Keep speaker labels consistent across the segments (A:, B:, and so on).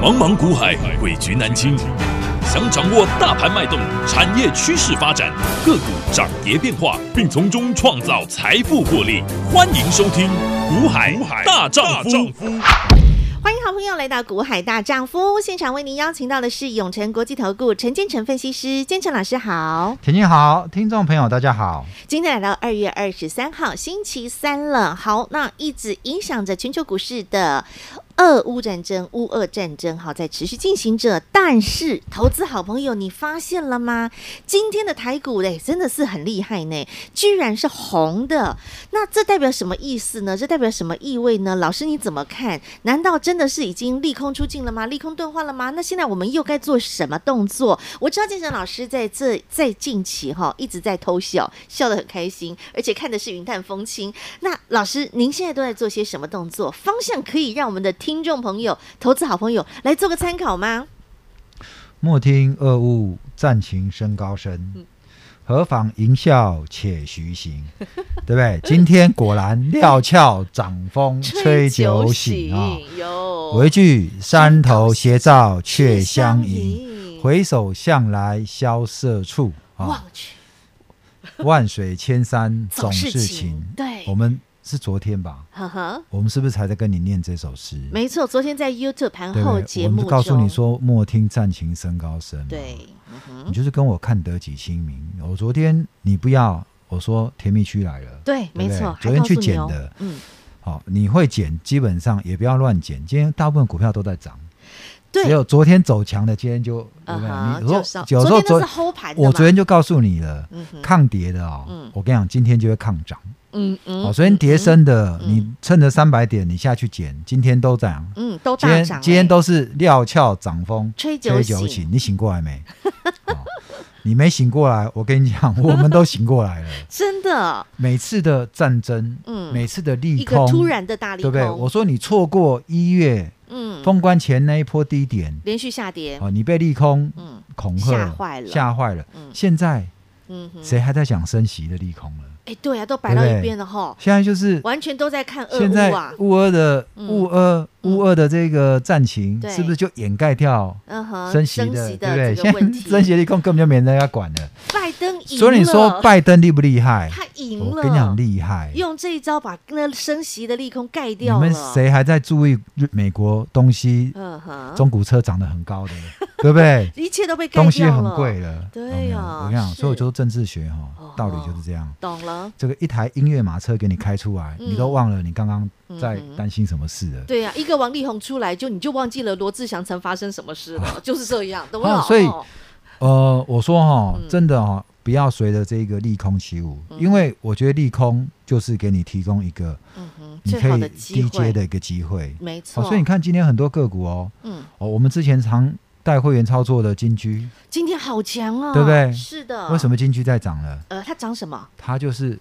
A: 茫茫股海，诡局难清。想掌握大盘脉动、产业趋势发展、个股涨跌变化，并从中创造财富获利，欢迎收听《股海大丈夫》。
B: 欢迎好朋友来到《股海大丈夫》现场，为您邀请到的是永诚国际投顾陈建成分析师，建成老师好。
C: 田静好，听众朋友大家好。
B: 今天来到二月二十三号星期三了，好，那一直影响着全球股市的俄乌战争、乌俄战争，好在持续进行着。但是，投资好朋友，你发现了吗？今天的台股嘞，真的是很厉害呢，居然是红的。那这代表什么意思呢？这代表什么意味呢？老师你怎么看？难道真的是已经利空出尽了吗？利空钝化了吗？那现在我们又该做什么动作？我知道建成老师在这在近期哈、一直在偷笑，笑得很开心，而且看的是云淡风轻。那老师您现在都在做些什么动作？方向可以让我们的听众朋友、投资好朋友来做个参考吗？
C: 莫听恶物，暂情升高声。何妨吟啸且徐行，对不对？ 今天果然料峭掌风吹酒醒啊！
B: 有
C: 唯惧山头斜照却相迎，回首向来萧瑟处啊！
B: 忘却
C: 万水千山总是
B: 总是情
C: 情。哎哦
B: 对
C: 我们是昨天吧？
B: 呵呵，
C: 我们是不是才在跟你念这首诗？
B: 没错，昨天在 YouTube 盘
C: 对不
B: 后
C: 对？
B: 节
C: 我们
B: 目
C: 就告诉
B: 中
C: 你，说，莫听暂情升高声嘛。
B: 对，嗯
C: 你
B: 哼，
C: 就是跟我看得几清明。我昨天你不要，我说甜蜜区来了，
B: 对，没
C: 对
B: 错，
C: 昨
B: 还
C: 天
B: 告
C: 去
B: 诉你
C: 捡
B: 哦
C: 的，
B: 嗯，
C: 好、你会减，基本上也不要乱减。今天大部分股票都在涨，
B: 对
C: 只，有昨天走强的，今天就对不
B: 嗯
C: 对？
B: 哼，
C: 你说
B: 就是哦
C: 有时
B: 昨
C: 候
B: 天那是
C: 昨
B: 后盘的嘛，
C: 我昨天就告诉你了，
B: 嗯哼，
C: 抗跌的哦，
B: 嗯
C: 我跟你讲，今天就会抗涨。
B: 嗯嗯，
C: 哦，昨天跌
B: 嗯，
C: 升的，
B: 嗯
C: 你趁着三百点你下去减，今天都涨。
B: 嗯，嗯都
C: 今
B: 大
C: 天
B: 涨欸，
C: 今天都是料峭涨风，
B: 吹酒
C: 吹酒哎醒，你醒过来没？ 哦你没醒过来，我跟你 讲，我们都醒过来了。
B: 真的，
C: 每次的战争，
B: 嗯
C: 每次的利
B: 一个
C: 空，
B: 突然的大利
C: 对
B: 空，
C: 不对？我说你错过一月
B: 嗯，
C: 封关前那一波低点，
B: 连续下跌，
C: 哦，你被利空
B: 嗯
C: 恐吓
B: 吓坏了
C: 吓坏了
B: 嗯。
C: 现在
B: 嗯哼，
C: 谁还在想升息的利空了？
B: 哎，对啊，都摆到
C: 对不
B: 一
C: 对
B: 边了哈，
C: 现在就是
B: 完全都在看
C: 现
B: 恶
C: 在
B: 物啊，
C: 乌俄的
B: 嗯
C: 乌俄乌俄的这个战情，
B: 对
C: 是不是就掩盖掉
B: 嗯哼，
C: 升息
B: 息
C: 的，对不
B: 的
C: 对？
B: 这个问
C: 现在
B: 题，
C: 升息的利空根本就没人家管了。
B: 拜登赢了，
C: 所以你说拜登厉不厉害？
B: 他赢了，
C: 我跟你讲厉害。
B: 用这一招把那升息的利空盖
C: 你
B: 掉了，
C: 们谁还在注意日美国东西
B: 嗯哼，
C: 中古车涨得很高的， 对不 对？
B: 一切都被盖掉
C: 东
B: 了，
C: 西很贵了，
B: 对
C: 有没有我
B: 啊
C: 跟你讲，
B: 是
C: 所以我就说政治学哈
B: 哦，
C: 道理就是这样。
B: 懂了。
C: 这个一台音乐马车给你开出来，
B: 嗯
C: 你都忘了你刚刚在
B: 嗯哼
C: 担心什么事了。
B: 对啊呀、一个王力宏出来就你就忘记了罗志祥曾发生什么事 了，就是这样，懂不懂？
C: 哦所以
B: 哦
C: 呃，我说哈
B: 嗯，
C: 真的哈，不要随着这个利空起舞，
B: 嗯
C: 因为我觉得利空就是给你提供一个
B: 嗯哼，
C: 你
B: 最
C: 可
B: 好
C: 以
B: 的机
C: 低阶
B: 会，
C: 的一个机会。
B: 没错。
C: 好，哦所以你看今天很多个股哦，
B: 嗯，
C: 哦，我们之前常带会员操作的金居，
B: 今天好强哦，
C: 对不对
B: 是的。
C: 为什
B: 么？
C: 么金居在涨了？
B: 呃，它涨什么？
C: 它就是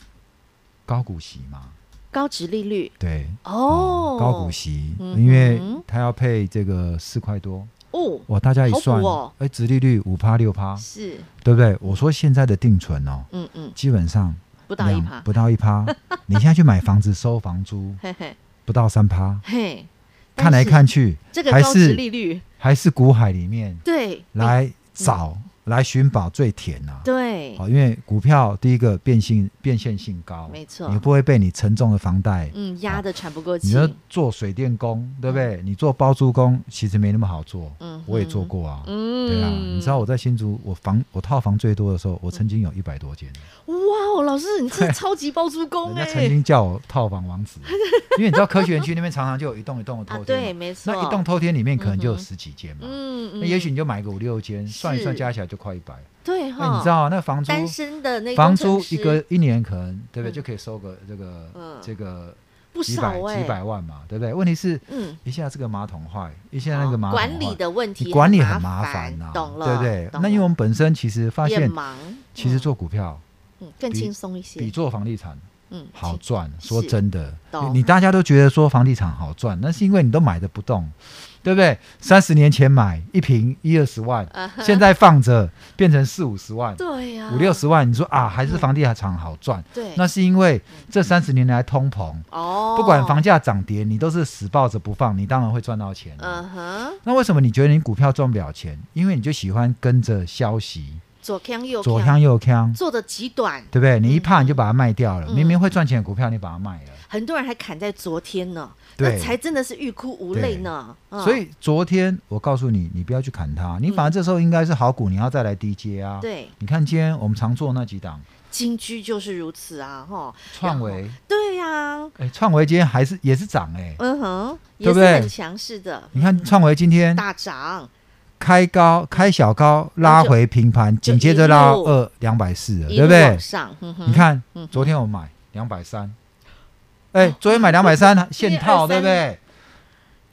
C: 高股息嘛，
B: 高值利率
C: 对，
B: 哦，
C: 高股息，
B: 嗯哼
C: 因为它要配这个四块多，
B: 哦，
C: 哇，大家一算
B: 好补哦，
C: 哎、殖利率五趴六趴，
B: 是，
C: 对不对？我说现在的定存哦，
B: 嗯嗯，
C: 基本上
B: 不到一
C: 两
B: 趴，
C: 不到一 趴。你现在去买房子收房租，
B: 嘿嘿
C: 不到三趴，
B: 嘿。但
C: 看来
B: 是
C: 看去
B: 这个
C: 还
B: 高值
C: 是
B: 利率，
C: 还是股海里面
B: 对，
C: 来找、
B: 嗯
C: 来寻宝最甜呐、啊。
B: 对，
C: 好，因为股票第一个变性变现性高，
B: 没错
C: 你不会被你沉重的房贷，
B: 嗯，压得喘不过
C: 你
B: 气，
C: 要做水电工，对不对？你做包租公其实没那么好做，
B: 嗯哼
C: 我也做过啊，
B: 嗯，
C: 对啊，你知道我在新竹，我房我套房最多的时候，我曾经有一百多间，
B: 哇哦，老师，你是超级包租公
C: 啊人
B: 哎、
C: 家曾经叫我套房王子，因为你知道科学园区那边常常就有一栋一栋的
B: 啊
C: 透，天嘛，
B: 对，没错，
C: 那一栋透天里面可能就
B: 嗯
C: 有
B: 哼
C: 十几间嘛，
B: 嗯，嗯
C: 那也许你就买个五六间，算一算
B: 是
C: 加起来就快一百，
B: 对哈，
C: 那你知道那房租
B: 单身的那
C: 房
B: 工程
C: 租
B: 师
C: 一个一年可能对不对，
B: 嗯
C: 就可以收个这个、
B: 嗯
C: 这个
B: 不
C: 几
B: 少
C: 百、
B: 哎、
C: 几百万嘛，对不对？问题是
B: 嗯，
C: 一下这个马桶坏，一下那个马
B: 好
C: 桶坏
B: 管理的问题，
C: 你管理很
B: 麻
C: 麻烦呐、
B: 懂了，
C: 对不对？
B: 懂
C: 那因为
B: 了
C: 我们本身其实发
B: 也
C: 现，
B: 忙，
C: 其实
B: 嗯
C: 做股票
B: 嗯更
C: 比
B: 轻松一些
C: 比，做房地产
B: 嗯，
C: 好
B: 请
C: 赚。
B: 是
C: 说真的，
B: 懂
C: 你你大家都觉得说房地产好赚，那是因为你都买的不动，对不对？三十年前买一平一二十万，
B: 啊哈
C: 现在放着变成四五十万、
B: 对嗯呀、
C: 五六十万，你说啊，还是房地产好赚？
B: 对，嗯
C: 那是因为这三十年来通膨，
B: 哦，
C: 不管房，价涨跌，你都是死抱着不放，你当然会赚到钱啊、
B: 嗯哼，
C: 那为什么你觉得你股票赚不了钱？因为你就喜欢跟着消息，
B: 左腔右
C: 左腔右腔，
B: 做的极短，
C: 对不对？你一怕你就把它卖掉了，
B: 嗯
C: 明明会赚钱的股票你把它卖了。
B: 很多人还砍在昨天呢，
C: 对
B: 那才真的是欲哭无泪呢。嗯
C: 所以昨天我告诉你，你不要去砍它，你反而这时候应该是好股，你要再来低接啊。，
B: 对
C: 你看今天我们常做那几档，
B: 金居就是如此啊，哈，
C: 创维，
B: 对呀、
C: 哎，创维今天还是也是涨哎、
B: 嗯哼，也
C: 对不
B: 是
C: 对
B: 很强势的，
C: 你看创维今天
B: 大涨，
C: 开高开小高拉回平盘，
B: 就
C: 紧接着拉
B: 一路
C: 二两百四了，对
B: 一路
C: 不对
B: 往？上，嗯哼
C: 你，看
B: 嗯哼，哦
C: 昨天我买两百三，哎，昨天买两百三现套，对
B: 今天
C: 不对？对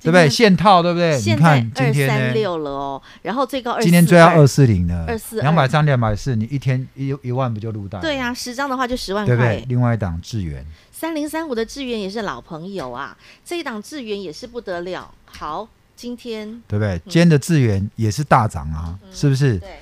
B: 今
C: 不
B: 天
C: 对？现套，对不对？你
B: 现在
C: 看今
B: 二
C: 天
B: 三
C: 呢？
B: 六了哦，然后最高二，
C: 今天追到二，四零了，
B: 242
C: 两百三、两百四，你一天一一万不就入袋？
B: 对、呀、十张的话就十万
C: 对不
B: 块
C: 对？，另外一档智源，
B: 三零三五的智源也是老朋友啊，这一档智源也是不得了。好，今天
C: 对不对？今天的智源也是大涨啊，是不是？对
B: 嗯对嗯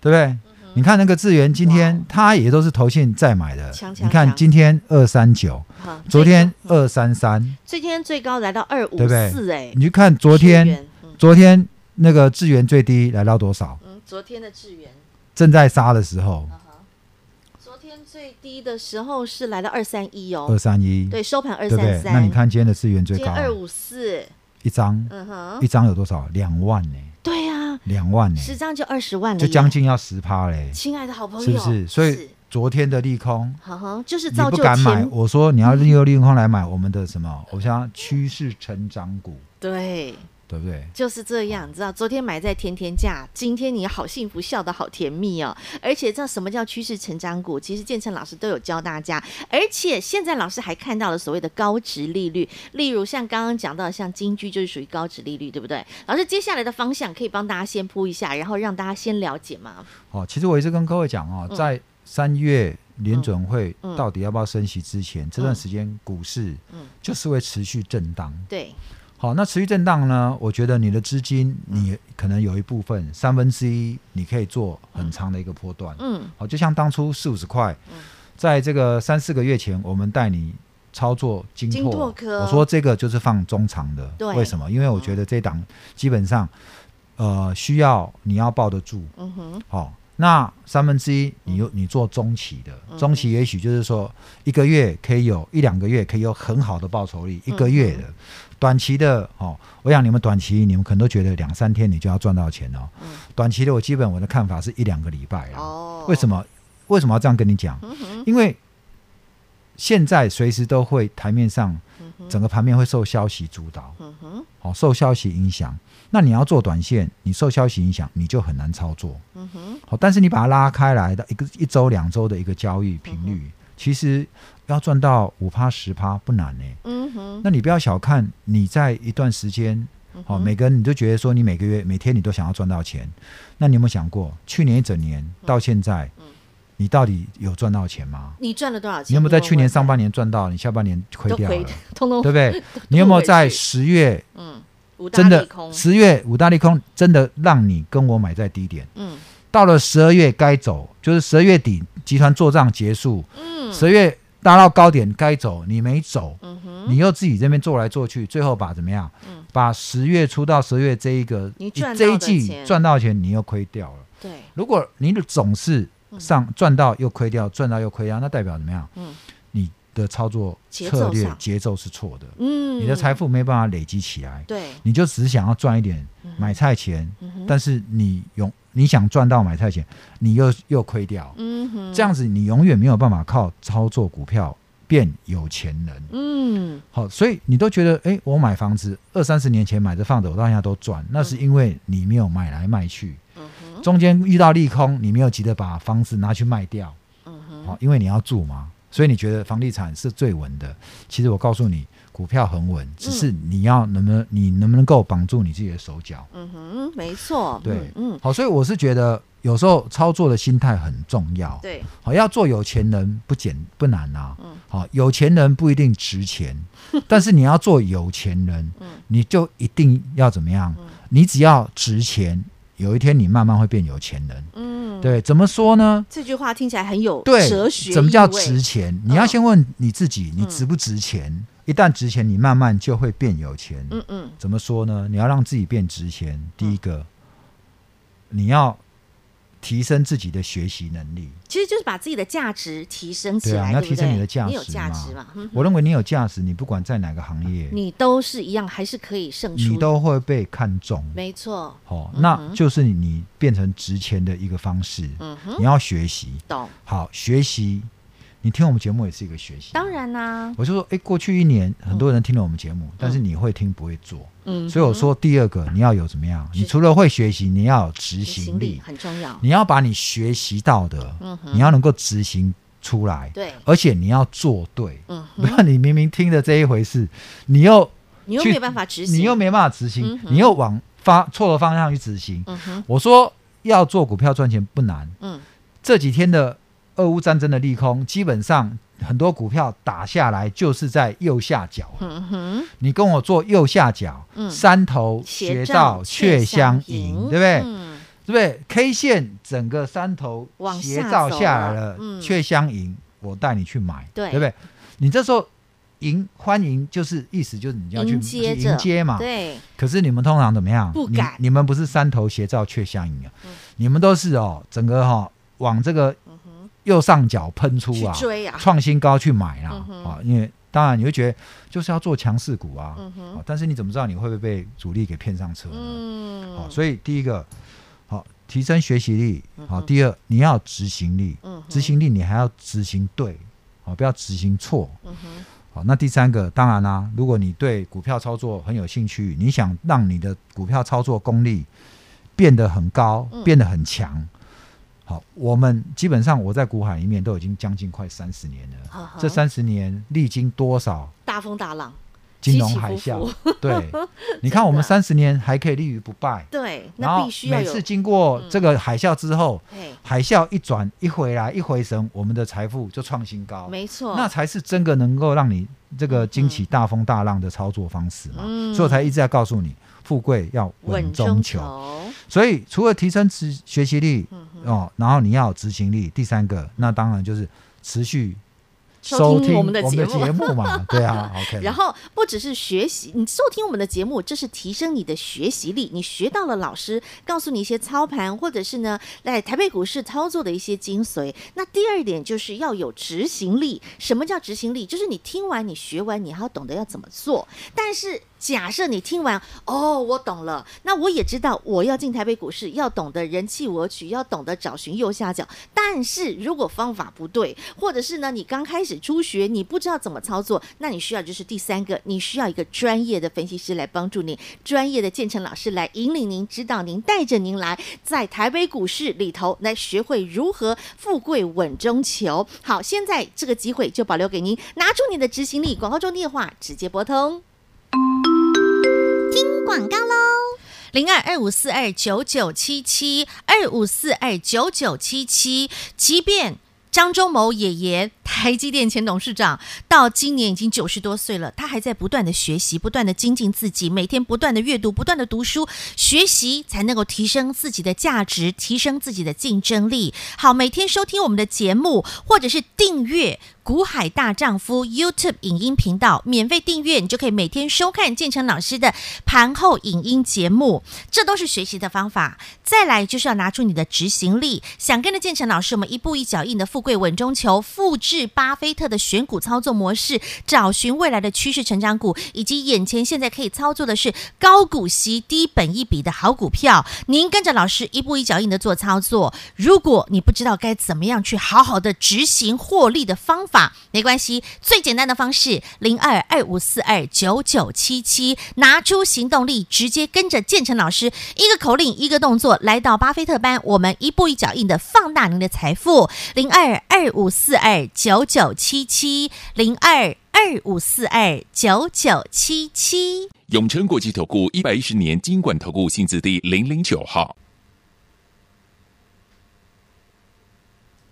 C: 不对？你看那个智源，今
B: 哇
C: 天它也都是投信在买的
B: 强。强
C: 你看
B: 强
C: 今天二三九，
B: 哈，
C: 昨天
B: 最嗯
C: 二三三，
B: 最今天最高来到二五
C: 对不
B: 四
C: 对
B: 哎
C: 你，去看昨
B: 智
C: 天，
B: 源嗯
C: 昨天那个智源最低来到多少？
B: 嗯，昨天的智源，
C: 正在杀的时候，
B: 啊哈，昨天最低的时候是来到二三一
C: 二
B: 哦，
C: 三一，
B: 对，收盘二
C: 对不
B: 三
C: 对？
B: 三，
C: 那你看今天的资源最
B: 今
C: 高啊
B: 天二五四，
C: 一张，
B: 嗯
C: 一
B: 哼，
C: 张有多少？两万呢、
B: 对啊，
C: 两万呢、
B: 十张就二十万了耶，
C: 就将近要十趴嘞，
B: 亲爱的好朋友，
C: 是不是？所
B: 是
C: 以昨天的利空。
B: 哈哈，就是
C: 你
B: 造
C: 不
B: 就嗯
C: 敢买，
B: 天
C: 我说你要利用利空来买我们的什么？我想趋势成长股，
B: 对。
C: 对不对？
B: 就是这样，你知道，昨天买在甜甜价，今天你好幸福，笑得好甜蜜哦。而且知道什么叫趋势成长股？其实建成老师都有教大家，而且现在老师还看到了所谓的高值利率，例如像刚刚讲到，像金居就是属于高值利率，对不对？老师接下来的方向可以帮大家先铺一下，然后让大家先了解吗？
C: 哦，其实我一直跟各位讲哦，在三月联准会
B: 嗯嗯
C: 到底要不要升息之前，这段时间股市
B: 嗯
C: 就是会持续震荡。
B: 对，
C: 好，那持续震荡呢？我觉得你的资金，
B: 嗯
C: 你可能有一部分三分之一，你可以做很长的一个波段。
B: 嗯，
C: 好，就像当初四五十块，在这个三四个月前，我们带你操作金
B: 金拓
C: 拓
B: 科
C: 我说这个就是放中长的
B: 对，嗯
C: 为什么？因为我觉得这档基本上，呃，需要你要抱得住。
B: 嗯哼，嗯
C: 好、那三分之一你又你做中期的，中期也许就是说一个月可以有一两个月可以有很好的报酬率，
B: 嗯
C: 一个月的。短期的哦，我想你们短期你们可能都觉得两三天你就要赚到钱哦。
B: 嗯
C: 短期的我基本我的看法是一两个礼拜啦。
B: 哦，
C: 为什
B: 么？
C: 么为什么要这样跟你讲？
B: 嗯哼，
C: 因为现在随时都会台面上
B: 嗯哼，
C: 整个盘面会受消息主导，
B: 嗯哼，
C: 哦，受消息影响。那你要做短线，你受消息影响，你就很难操作。
B: 嗯哼，
C: 好，但是你把它拉开来的一个一周、两周的一个交易频率，
B: 嗯
C: 其实要赚到五趴、十趴不难呢、欸
B: 嗯哼，嗯
C: 那你不要小看你在一段时间，好、哦每个人你就觉得说你每个月、每天你都想要赚到钱，那你有没有想过，去年一整年
B: 嗯
C: 到现在，你到底有赚到钱吗？
B: 你赚了多少钱？
C: 你有没有在去年上
B: 半
C: 半年赚到，你下半年亏
B: 都
C: 掉了
B: 亏，， 通通
C: 对不对？你有没有在十月
B: 嗯，五大
C: 真的
B: 利空，
C: 十月五大利空真的让你跟我买在低点？
B: 嗯
C: 到了十二月该走，就是十二月底集团做账结束，
B: 嗯
C: 十、月达到高点该走，你没走，
B: 嗯哼。
C: 你又自己这边做来做去，最后把怎么样？
B: 嗯
C: 把十月初到十月这一个
B: 你赚到的
C: 这一季
B: 钱
C: 赚到钱，你又亏掉了。
B: 对，
C: 如果你的总是上赚到又亏掉，赚到又亏掉，那代表怎么样？
B: 嗯
C: 你的操作
B: 节
C: 策
B: 奏
C: 略
B: 上
C: 节奏是错的，
B: 嗯，
C: 你的财富没办法累积起来。
B: 对，
C: 你就只想要赚一点
B: 嗯
C: 买菜钱，但是你永你想赚到买菜钱，你又又亏掉，
B: 嗯哼，
C: 这样子你永远没有办法靠操作股票变有钱人。
B: 嗯，
C: 好，所以你都觉得，哎、我买房子二三十年前买的放着，我到现在都赚，那是因为你没有买来卖去，
B: 嗯哼，
C: 中间遇到利空，你没有急着把房子拿去卖掉，
B: 嗯哼，
C: 好，因为你要住嘛，所以你觉得房地产是最稳的。其实我告诉你，股票很
B: 嗯
C: 稳，只是你要能不能你能不能够绑住你自己的手脚。
B: 嗯哼，没错，
C: 对
B: 嗯，嗯
C: 好，所以我是觉得有时候操作的心态很重要。
B: 对，
C: 好，要做有钱人不简不难啊
B: 嗯。
C: 好，有钱人不一定值 钱，但是你要做有钱人
B: 嗯，
C: 你就一定要怎么样
B: 嗯？
C: 你只要值钱，有一天你慢慢会变有钱人。
B: 嗯，
C: 对，怎么说呢？
B: 这句话听起来很有
C: 对，
B: 哲学意味，
C: 怎么叫值钱？你要
B: 嗯
C: 先问你自己，你
B: 嗯
C: 值不值钱？一旦值钱，你慢慢就会变有钱。
B: 嗯嗯
C: 怎么说呢？你要让自己变值钱，第一个，你要提升自己的学习能力。
B: 其实就是把自己的价值提升起
C: 对啊，
B: 来，
C: 你要
B: 对不
C: 提升
B: 对
C: 你的价
B: 你有
C: 值
B: 价值
C: 嘛
B: 嘛，嗯。
C: 我认为你有价值，你不管在哪个行业，
B: 你都是一样，还是可以胜出，
C: 你都会被看重。
B: 没错，
C: 哦，
B: 嗯
C: 那
B: 哼
C: 就是你变成值钱的一个方式。
B: 嗯哼，
C: 你要学习，
B: 懂，
C: 好学习。你听我们节目也是一个学习。
B: 当然啦、
C: 我就说，哎，过去一年很多人听了我们节目，但是你会听不会做，
B: 嗯，
C: 所以我说第二个你要有怎么样？
B: 是
C: 你除了会学习，你要有执
B: 执
C: 行
B: 行
C: 力
B: 力，很重要，
C: 你要把你学习到的，
B: 嗯哼
C: 你要能够执行出来，
B: 对，
C: 而且你要做对。
B: 嗯
C: 不要你明明听的这一回事，你又
B: 你又
C: 去
B: 没有办法执行，
C: 你又没办法执行
B: 嗯，哼
C: 你又往发错的方向去执行。
B: 嗯哼，
C: 我说要做股票赚钱不难，
B: 嗯，
C: 这几天的俄乌战争的利空，基本上很多股票打下来就是在右下角。
B: 嗯哼，
C: 你跟我做右下角，
B: 嗯
C: 山头斜照却相迎，对不对？
B: 嗯
C: 对不对？K 线整个山头
B: 往
C: 斜
B: 下
C: 照
B: 走
C: 下来
B: 了
C: 了，
B: 嗯
C: 却相迎，我带你去买，
B: 对
C: 不对？你这时候迎欢迎就是意思就是你要去
B: 迎接
C: 去
B: 着
C: 迎接嘛，
B: 对，
C: 可是你们通常怎么样？
B: 不
C: 你
B: 敢嗯
C: 你们不是山头斜照却相迎啊，你们都是哦，整个哈、哦、往这个右上角喷出
B: 去
C: 啊，
B: 追啊，
C: 创新高去买啦
B: 嗯哼
C: 啊，因为当然你会觉得就是要做强势股啊，
B: 嗯哼
C: 啊但是你怎么知道你会不会被主力给骗上车呢？
B: 嗯，
C: 好，所以第一个好提升学习力，好，
B: 嗯哼
C: 第二你要有执行力，
B: 嗯哼
C: 执行力你还要执行对，好，不要执行错。
B: 嗯哼，
C: 好，那第三个当然啦、如果你对股票操作很有兴趣，你想让你的股票操作功力变得很高，
B: 嗯
C: 变得很强。好，我们基本上我在股海里面都已经将近快三十年了。
B: 好好
C: 这三十年历经多少
B: 大风大浪，
C: 金融
B: 起起
C: 海
B: 伏
C: 啸
B: 伏？
C: 对，你看我们三十年还可以立于不败，
B: 对，
C: 然
B: 那
C: 后
B: 必须要
C: 每
B: 有嗯
C: 次，经过这个海啸之后，
B: 嘿，
C: 海啸一转一回来一回神，我们的财富就创新高。
B: 没错，
C: 那才是真的能够让你这个惊起大风大浪的操作方式嘛。
B: 嗯
C: 所以我才一直在告诉你，富贵要稳
B: 稳
C: 中
B: 中
C: 求。
B: 求，
C: 所以除了提升执学习力、
B: 嗯哼，
C: 哦，然后你要有执行力，第三个那当然就是持续
B: 收听
C: 我
B: 我
C: 们
B: 们
C: 的
B: 的
C: 节
B: 节目
C: 目 嘛。对啊，OK。
B: 然后不只是学习，你收听我们的节目，这是提升你的学习力。你学到了老师告诉你一些操盘，或者是呢，在台北股市操作的一些精髓。那第二点就是要有执行力。什么叫执行力？就是你听完、你学完，你还要懂得要怎么做。但是假设你听完，哦，我懂了，那我也知道我要进台北股市，要懂得人气我取，要懂得找寻右下角。但是如果方法不对，或者是呢，你刚开始初学，你不知道怎么操作，那你需要就是第三个，你需要一个专业的分析师来帮助你，专业的建成老师来引领您、指导您、带着您来，在台北股市里头来学会如何富贵稳中求。好，现在这个机会就保留给您，拿出你的执行力。广告中电话直接拨通。广告喽，零二二五四二九九七七二五四二九九七七。即便张忠谋爷爷，台积电前董事长，到今年已经九十多岁了，他还在不断的学习，不断的精进自己，每天不断的阅读，不断的读书，学习才能够提升自己的价值，提升自己的竞争力。好，每天收听我们的节目，或者是订阅。股海大丈夫 YouTube 影音频道免费订阅，你就可以每天收看建成老师的盘后影音节目，这都是学习的方法。再来就是要拿出你的执行力，想跟着建成老师，我们一步一脚印的富贵稳中求，复制巴菲特的选股操作模式，找寻未来的趋势成长股，以及眼前现在可以操作的是高股息、低本一比的好股票。您跟着老师一步一脚印的做操作，如果你不知道该怎么样去好好的执行获利的方法，
D: 法，没关系，最简单的方式零二二五四二九九七七，拿出行动力，直接跟着建成老师一个口令一个动作来到巴菲特班，我们一步一脚印的放大您的财富。零二二五四二九九七七零二二五四二九九七七。
E: 永诚国际投顾一百一十年金管投顾新字第零零九号。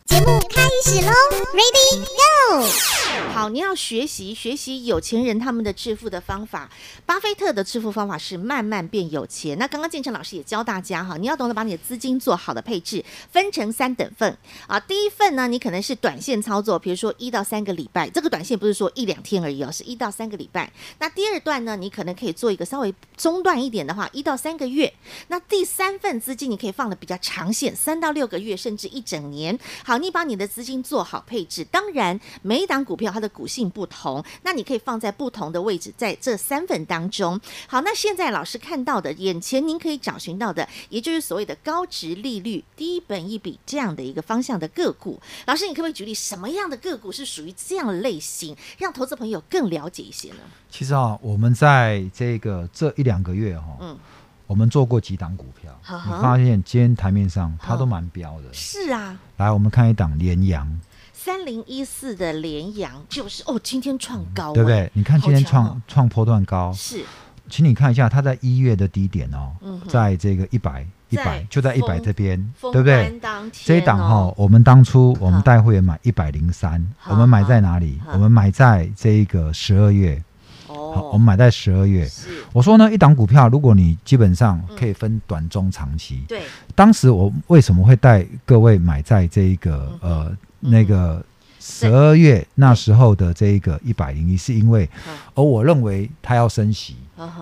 F: 节目开始喽，Ready Go！
B: 好，你要学习学习有钱人他们的致富的方法。巴菲特的致富方法是慢慢变有钱。那刚刚建成老师也教大家哈，你要懂得把你的资金做好的配置，分成三等份啊。第一份呢，你可能是短线操作，比如说一到三个礼拜，这个短线不是说一两天而已哦，是一到三个礼拜。那第二段呢，你可能可以做一个稍微中断一点的话，一到三个月。那第三份资金你可以放的比较长线，三到六个月甚至一整年。好，你把你的资金做好配置。当然，每一档股票它的股性不同，那你可以放在不同的位置，在这三份当中。好，那现在老师看到的，眼前您可以找寻到的，也就是所谓的高值利率、低本一比这样的一个方向的个股。老师，你可不可以举例什么样的个股是属于这样的类型，让投资朋友更了解一些呢？
C: 其实啊，我们在这个这一两个月哈、
B: 嗯
C: 我们做过几档股票，
B: 好
C: 你发现今天台面上它都蛮标的。
B: 是啊，
C: 来，我们看一档联阳，
B: 三零一四的联阳就是哦，今天创高、
C: 对不对？你看今天
B: 好强
C: 创、
B: 哦
C: 创波段高，
B: 是
C: 请你看一下它在一月的低点哦，
B: 嗯哼
C: 在这个一百一百
B: 在
C: 就在一百
B: 封
C: 这边，
B: 封
C: 对不对
B: 关？当天
C: 这一档哈、
B: 哦，
C: 我们当初我们
B: 好
C: 带会员买一百零三，
B: 好
C: 我们买在哪里
B: 好？
C: 我们买在这一个十二月，好，
B: 哦
C: 我们买在十二月。
B: 是，
C: 我说呢，一档股票，如果你基本上
B: 嗯
C: 可以分短、中、长期。
B: 对，
C: 当时我为什么会带各位买在这一个
B: 嗯
C: 呃
B: 嗯
C: 那个十二月那时候的这一个一百零一，是因为
B: 嗯
C: 而我认为它要升息，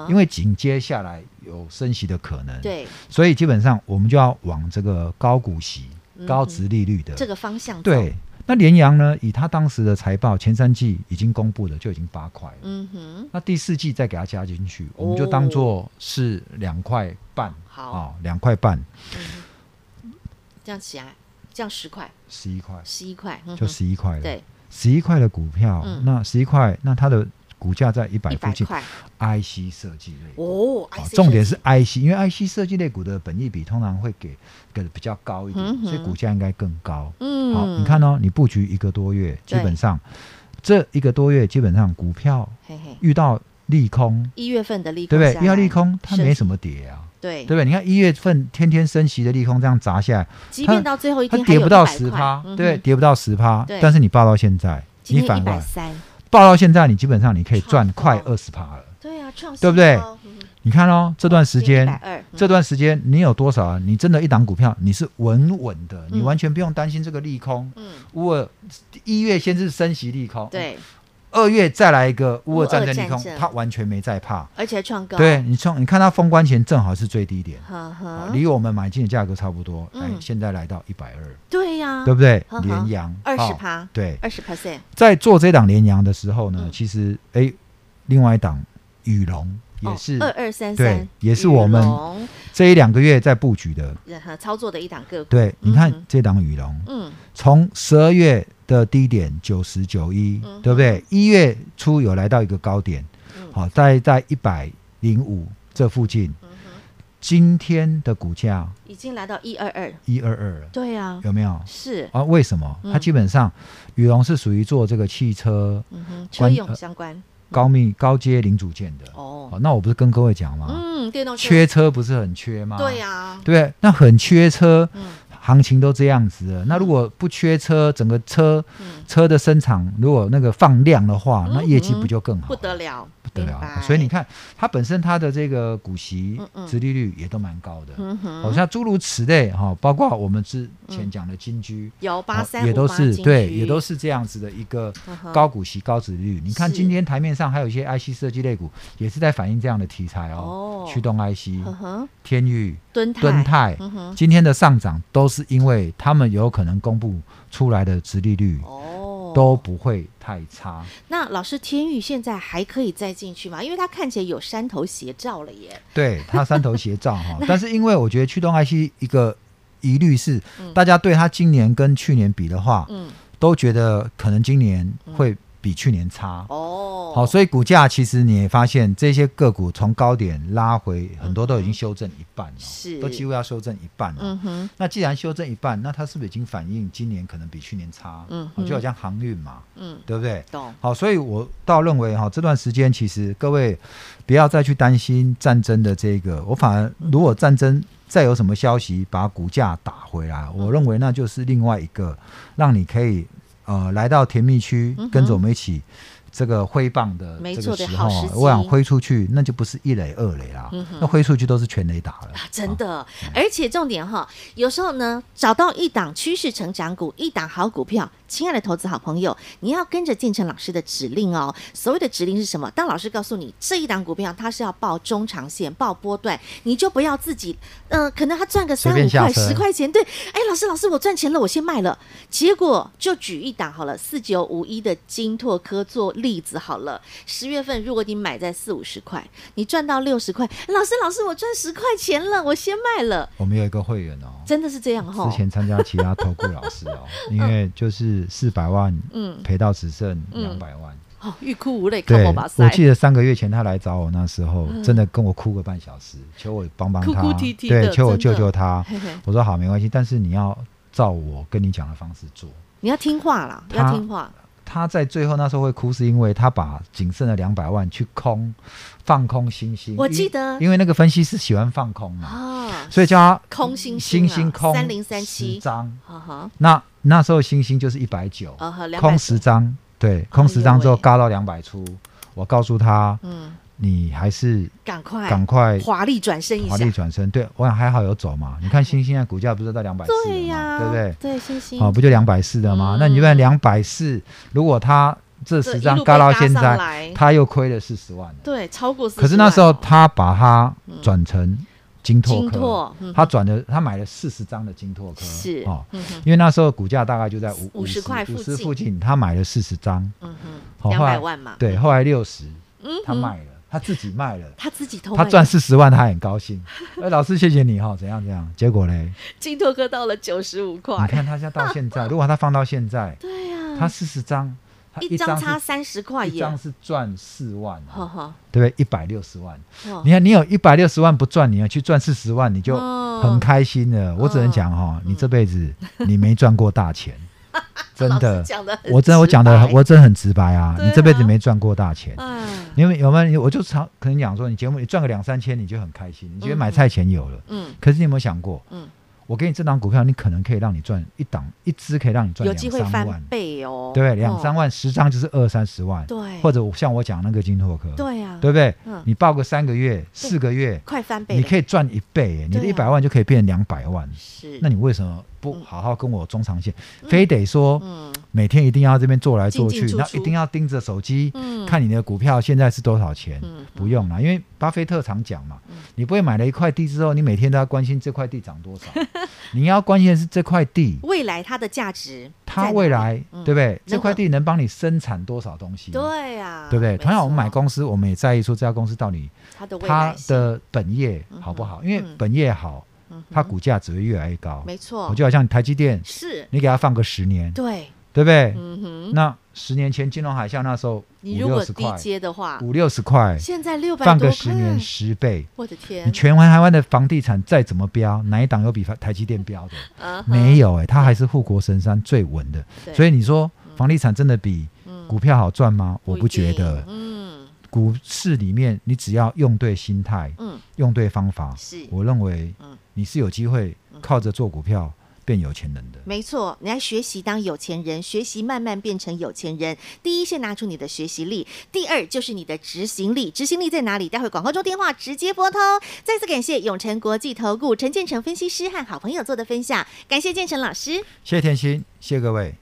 C: 因
B: 为
C: 为紧接下来有升息的可能。，
B: 嗯对
C: 所以基本上我们就要往这个高股息
B: 嗯、
C: 高值利率的
B: 这个方向走，
C: 对，那联阳呢，以他当时的财报，前三季已经公布的就已经八块了，
B: 嗯哼，
C: 那第四季再给它加进去，我们就当做是两块半，
B: 好
C: 啊，两块半，
B: 这样起来，这样十块、
C: 十一块，
B: 十一块，嗯
C: 就
B: 哼
C: 十一块了。，
B: 对
C: 十一块的股票，
B: 嗯
C: 那十一块，那它的股价在一百
B: 一
C: 附
B: 百
C: 近
B: 块
C: ，IC 设计类股。
B: 哦
C: 啊，
B: IC
C: 重点
B: 设
C: 是 IC，因为 IC 设计类股的本益比通常会给给的比较高一点，
B: 嗯哼
C: 所以股价应该更高。
B: 计，嗯，
C: 好，你，看哦，你布局一个多月，基
B: 对
C: 本上这一个多月基本上股票
B: 嘿嘿，
C: 遇到利空，
B: 一月份的利
C: 对
B: 空
C: 不
B: 下来，
C: 对？遇到利空，它
B: 升
C: 没
B: 息
C: 什么跌啊，
B: 对
C: 对不，对？你看一月份天天升息的利空这样砸下来，
B: 即
C: 它
B: 便到最后一
C: 它
B: 天还
C: 跌
B: 有
C: 不到
B: 100
C: 十
B: 块
C: 趴，对
B: 嗯
C: 不对，
B: 哼
C: 跌不到十趴
B: 对，
C: 但是你报到现在，
B: 今
C: 你
B: 天
C: 反
B: 一
C: 过
B: 百
C: 来
B: 三，
C: 报到现在，你基本上你可以
B: 创
C: 赚
B: 高
C: 快二十趴了。
B: 对啊，创
C: 对不对
B: 时
C: 你看哦，这段时
B: 一百
C: 间。
B: 二，嗯
C: 这段时间你有多少啊？你真的一档股票，你是稳稳的，你
B: 嗯
C: 完全不用担心这个利空。
B: 嗯，
C: 我一月先是升息利空，
B: 对，
C: 二月再来一个乌俄战争利
B: 乌俄
C: 空
B: 战争，
C: 他完全没在怕。
B: 而且还创高，
C: 对，你从你看它封关前正好是最低点，
B: 呵
C: 啊
B: 呵，
C: 离我们买进的价格差不多，哎
B: 嗯，
C: 现在来到一百二，
B: 对呀，
C: 对不对
B: 呵呵？
C: 联阳
B: 二十。
C: 哦
B: 趴，
C: 对，
B: 二十 percent，
C: 在做这档联阳的时候呢
B: 嗯，
C: 其实哎，另外一档羽龙也是
B: 哦二二三三
C: 对，也是我们
B: 羽绒
C: 这一两个月在布局的。
B: 然后操作的一档个股，
C: 对，你
B: 嗯
C: 看
B: 哼
C: 这档羽龙，
B: 嗯，
C: 从十二月的低点九十九一
B: 嗯，
C: 对不对？一月初有来到一个高点
B: 嗯，
C: 好、在在一百零五这附近。今天的股价
B: 已经来到一二二，
C: 一二二了，
B: 对啊，
C: 有没有？
B: 是，
C: 啊，为什么？
B: 嗯
C: 它基本上，羽龙是属于做这个汽车
B: 嗯哼，车
C: 关
B: 用
C: 呃
B: 相关，
C: 高密高阶零组件的。
B: 哦，
C: 哦，那我不是跟各位讲吗？
B: 嗯，电动车，
C: 缺啊车不是很缺吗？
B: 对呀，
C: 对不对，那很缺车，
B: 嗯
C: 行情都这样子了。那如果不缺车，整个车
B: 嗯，
C: 车的生产如果那个放量的话，
B: 嗯
C: 那业绩不就更好？
B: 不得了，
C: 不得
B: 明
C: 了啊
B: 白！
C: 所以你，看，它本身它的这个股息
B: 嗯嗯
C: 殖利率也都蛮高的，
B: 嗯哼，
C: 好、像诸如此类哈、包括我们之前讲的金居。
B: 有
C: 哦
B: 八三，
C: 也都是对，也都
B: 是
C: 是这样子的一个
B: 嗯哼
C: 高股息、高值利率。你看
B: 是
C: 今天台面上还有一些 IC 设计类股，也是在反映这样的题材
B: 哦
C: 哦，驱动 IC、
B: 嗯哼，
C: 天域、
B: 蹲泰，
C: 敦泰，
B: 嗯哼，
C: 今天的上涨都是因为他们有可能公布出来的殖利率
B: 哦，
C: 都不会太差。
B: 那老师，天宇现在还可以再进去吗？因为它看起来有山头斜照了耶。
C: 对，它三头斜照 哈，但是因为我觉得驱动 IC 一个疑虑是
B: 嗯，
C: 大家对它今年跟去年比的话，
B: 嗯，
C: 都觉得可能今年会比去年差。
B: 哦，
C: 好，所以股价其实你也发现这些个股从高点拉回，很多都已经修正一半了，
B: 是
C: 都几乎要修正一半了。
B: 嗯哼，
C: 那既然修正一半，那它是不是已经反映今年可能比去年差？
B: 嗯
C: 好就好像航运嘛，
B: 嗯，
C: 对不对？
B: 懂，
C: 好，所以我倒认为哈，这段时间其实各位不要再去担心战争的这个，我反而如果战争再有什么消息把股价打回来，
B: 嗯
C: 我认为那就是另外一个让你可以呃来到甜蜜区，跟着我们一起。这个挥棒的
B: 嗯没
C: 这
B: 错
C: 个
B: 的
C: 时
B: 好
C: 候
B: 时
C: 啊
B: 机，嗯
C: 我想挥出去，那就不是一垒二垒啦，那挥出去都是全垒打了，
B: 真
C: 啊
B: 的，而且重点哈，有时候呢，找到一档趋势成长股，一档好股票，亲爱的投资好朋友，你要跟着建成老师的指令哦。所谓的指令是什么？当老师告诉你这一档股票它是要报中长线、报波段，你就不要自己，嗯、可能他赚个
C: 随
B: 三
C: 便
B: 五
C: 下
B: 块、
C: 车
B: 十块钱，对，哎，老师，老师，我赚钱了，我先卖了。结果就举一档好了，四九五一的金拓科做例子好了。十月份如果你买在四五十块，你赚到六十块，老师，老师，我赚十块钱了，我先卖了。
C: 我们有一个会员哦，
B: 真的是这样哈、
C: 之前参加其他投顾老师 哦，因为就是四百万，
B: 嗯
C: 赔到只剩两百万。
B: 哦，欲哭无泪，看
C: 对，
B: 我把塞嗯
C: 我，记得三个月前他来找我，那时候真的跟我哭个半小时，求我帮帮
B: 哭
C: 他
B: 哭啼，啼的
C: 对，求我
B: 真
C: 救
B: 的
C: 救他
B: 嘿嘿。
C: 我说好，没关系，但是你要照我跟你讲的方式做。
B: 你要听话啦，
C: 他
B: 要听话。
C: 他在最后那时候会哭，是因为他把仅剩的两百万去空，放空星星。
B: 我
C: 因
B: 记得
C: 因为那个分析师喜欢放空嘛，
B: 啊，
C: 所以叫他
B: 空星星
C: 星
B: 啊
C: 星空
B: 3037
C: 十张，
B: 哈哈，
C: 那那时候星星就是一百九
B: 啊哈，200
C: 空十张，对，空十张之
B: 哎
C: 后
B: 呦喂
C: 嘎到两百出，我告诉他，
B: 嗯，
C: 你还是
B: 赶快，
C: 赶快
B: 华丽转身一
C: 华
B: 下
C: 丽，转身。对我想还好有走嘛，你看星星现在股价不是到两百四
B: 对
C: 了嘛，
B: 呀、
C: 对不对？
B: 对，星星，
C: 哦，不就两百四的吗
B: 嗯？
C: 那你就算两百四，如果他这
B: 这
C: 十
B: 一
C: 张
B: 路被
C: 嘎到
B: 嘎
C: 现
B: 上
C: 在，
B: 来
C: 他又亏了四十万了。
B: 对，超过40万哦。嗯
C: 可是那时候他把它转成金拓
B: 金拓
C: 科
B: 嗯，
C: 他转的他买了四十张的金拓科，
B: 是
C: 哦
B: 嗯哼，
C: 因为那时候股价大概就在五
B: 50块附
C: 五
B: 近
C: 十附近，他买了四十张，
B: 嗯哼，
C: 好
B: 两
C: 后来
B: 百万嘛，
C: 对，后来六十，
B: 嗯
C: 他
B: 哼，啊
C: 卖了，他自己卖了。
B: 他自己偷卖
C: 他
B: 的，
C: 赚四十万，他很高 兴。哎，老师，谢谢你哈，怎样怎样？结果嘞，
B: 金拓哥到了九十五
C: 你
B: 块，
C: 看他现在到现 在，如果他放到现在，
B: 对呀、
C: 他四十张，他
B: 一
C: 张
B: 张
C: 是
B: 差三十块
C: 一
B: 耶
C: 张，是赚四万，啊
B: 哈哈，
C: 对不对？一百六十万，
B: 哦哦
C: 你看，你有一百六十万不赚，你要去赚四十万，你就很开心了。我只能讲哈、
B: 嗯
C: 你这辈子你没赚过大 钱，真
B: 老
C: 的
B: 师。讲的，
C: 我真的我讲的，我真的很直白啊，
B: 对啊
C: 你这辈子没赚过大钱。
B: 嗯
C: 你们有没有？我就常可能讲说，你节目你赚个两三千，你就很开心，你觉得买菜钱有了。
B: 嗯，
C: 可是你有没有想过，
B: 嗯
C: 我给你这档股票，你可能可以让你赚一档一只，可以让你赚
B: 有
C: 两
B: 机会
C: 三
B: 翻
C: 万，
B: 倍哦，
C: 对不对？两三
B: 万，
C: 万，十张就是二三十万，
B: 对，
C: 或者我像我讲那个金拓科，
B: 对呀、啊，
C: 对不对
B: 嗯？
C: 你报个三个月、四个月，
B: 快翻倍了，
C: 你可以赚一倍耶，你的
B: 对啊
C: 一百万就可以变两百万。
B: 是，
C: 那你为什么不好好跟我中长线？非得说
B: 嗯
C: 每天一定要这边做来做去
B: 进进，出出
C: 然后一定要盯着手机
B: 嗯
C: 看你的股票现在是多少钱
B: 嗯嗯？嗯
C: 不用啦，因为巴菲特常讲嘛，你不会买了一块地之后，你每天都要关心这块地涨 多少，你要关心的是这块地
B: 未来它的价值在哪里，
C: 它未来
B: 嗯
C: 对不对？这
B: 能
C: 块
B: 够
C: 地能帮你生产多少东西？
B: 对呀，
C: 嗯对不对？
B: 没
C: 同样，我们
B: 错
C: 买公司，我们也在意说这家公司到底
B: 它的未
C: 它
B: 来性，嗯
C: 的本业好不好，因为本业好，它股价只会越来越高。
B: 没错，
C: 我就好像台积电，
B: 是
C: 你给它放个十年，
B: 对，
C: 对不对？
B: 嗯哼，
C: 那十年前金融海啸那时候
B: 你
C: 五
B: 如果
C: 六十
B: 低
C: 块，
B: 阶的话，
C: 五六十块，
B: 现在六百
C: 放
B: 多
C: 个
B: 块，
C: 十年十倍。
B: 我的天
C: 你，全台湾的房地产再怎么飙，哪一档有比台积电飙的？没有哎、它还是护国神山最稳的。
B: 嗯对嗯
C: 所以你说房地产真的比股票好赚吗？我不觉得。
B: 一定嗯，
C: 股市里面，你只要用对心态，
B: 嗯，
C: 用对方法，
B: 是
C: 我认为
B: 嗯，
C: 你是有机会靠着做股票变有钱人的。
B: 没错，你来学习当有钱人，学习慢慢变成有钱人。第一，先拿出你的学习力；第二，就是你的执行力。执行力在哪里？待会广告中电话直接拨通。再次感谢永诚国际投顾陈建成分析师和好朋友做的分享，感谢建成老师。
C: 谢谢甜心，谢谢各位。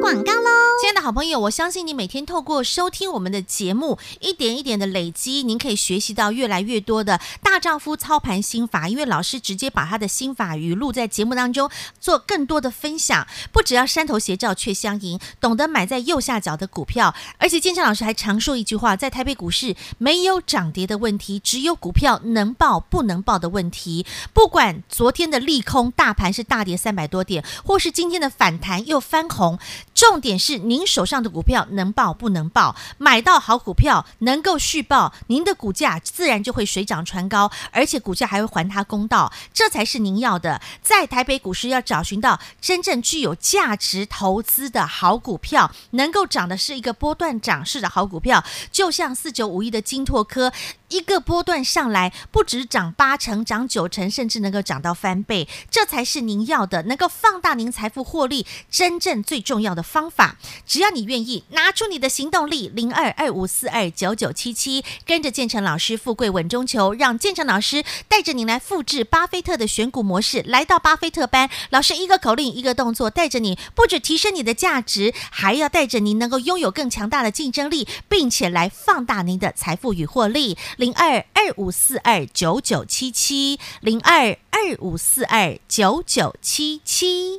F: 广告喽。
B: 亲爱的好朋友，我相信你每天透过收听我们的节目，一点一点的累积，您可以学习到越来越多的大丈夫操盘心法，因为老师直接把他的心法语录在节目当中做更多的分享。呃不只要山头斜照却相迎，懂得买在右下角的股票，而且建强老师还常说一句话，在台北股市没有涨跌的问题，只有股票能爆不能爆的问题。不管昨天的利空，大盘是大跌三百多点，或是今天的反弹又翻红，重点是您手上的股票能爆不能爆，买到好股票能够续报，您的股价自然就会水涨船高，而且股价还会还它公道，这才是您要的。在台北股市要找寻到真正具有价值投资的好股票，能够涨的是一个波段涨势的好股票，就像四九五一的金拓科，一个波段上来不止涨八成、涨九成，甚至能够涨到翻倍，这才是您要的，能够放大您财富获利真正最重要的方法。只要你愿意，拿出你的行动力，零二二五四二九九七七，跟着建成老师富贵稳中求，让建成老师带着你来复制巴菲特的选股模式，来到巴菲特班，老师一个口令一个动作，带着你不止提升你的价值，还要带着你能够拥有更强大的竞争力，并且来放大您的财富与获利。零二二五四二九九七七，零二二五四二九九七七。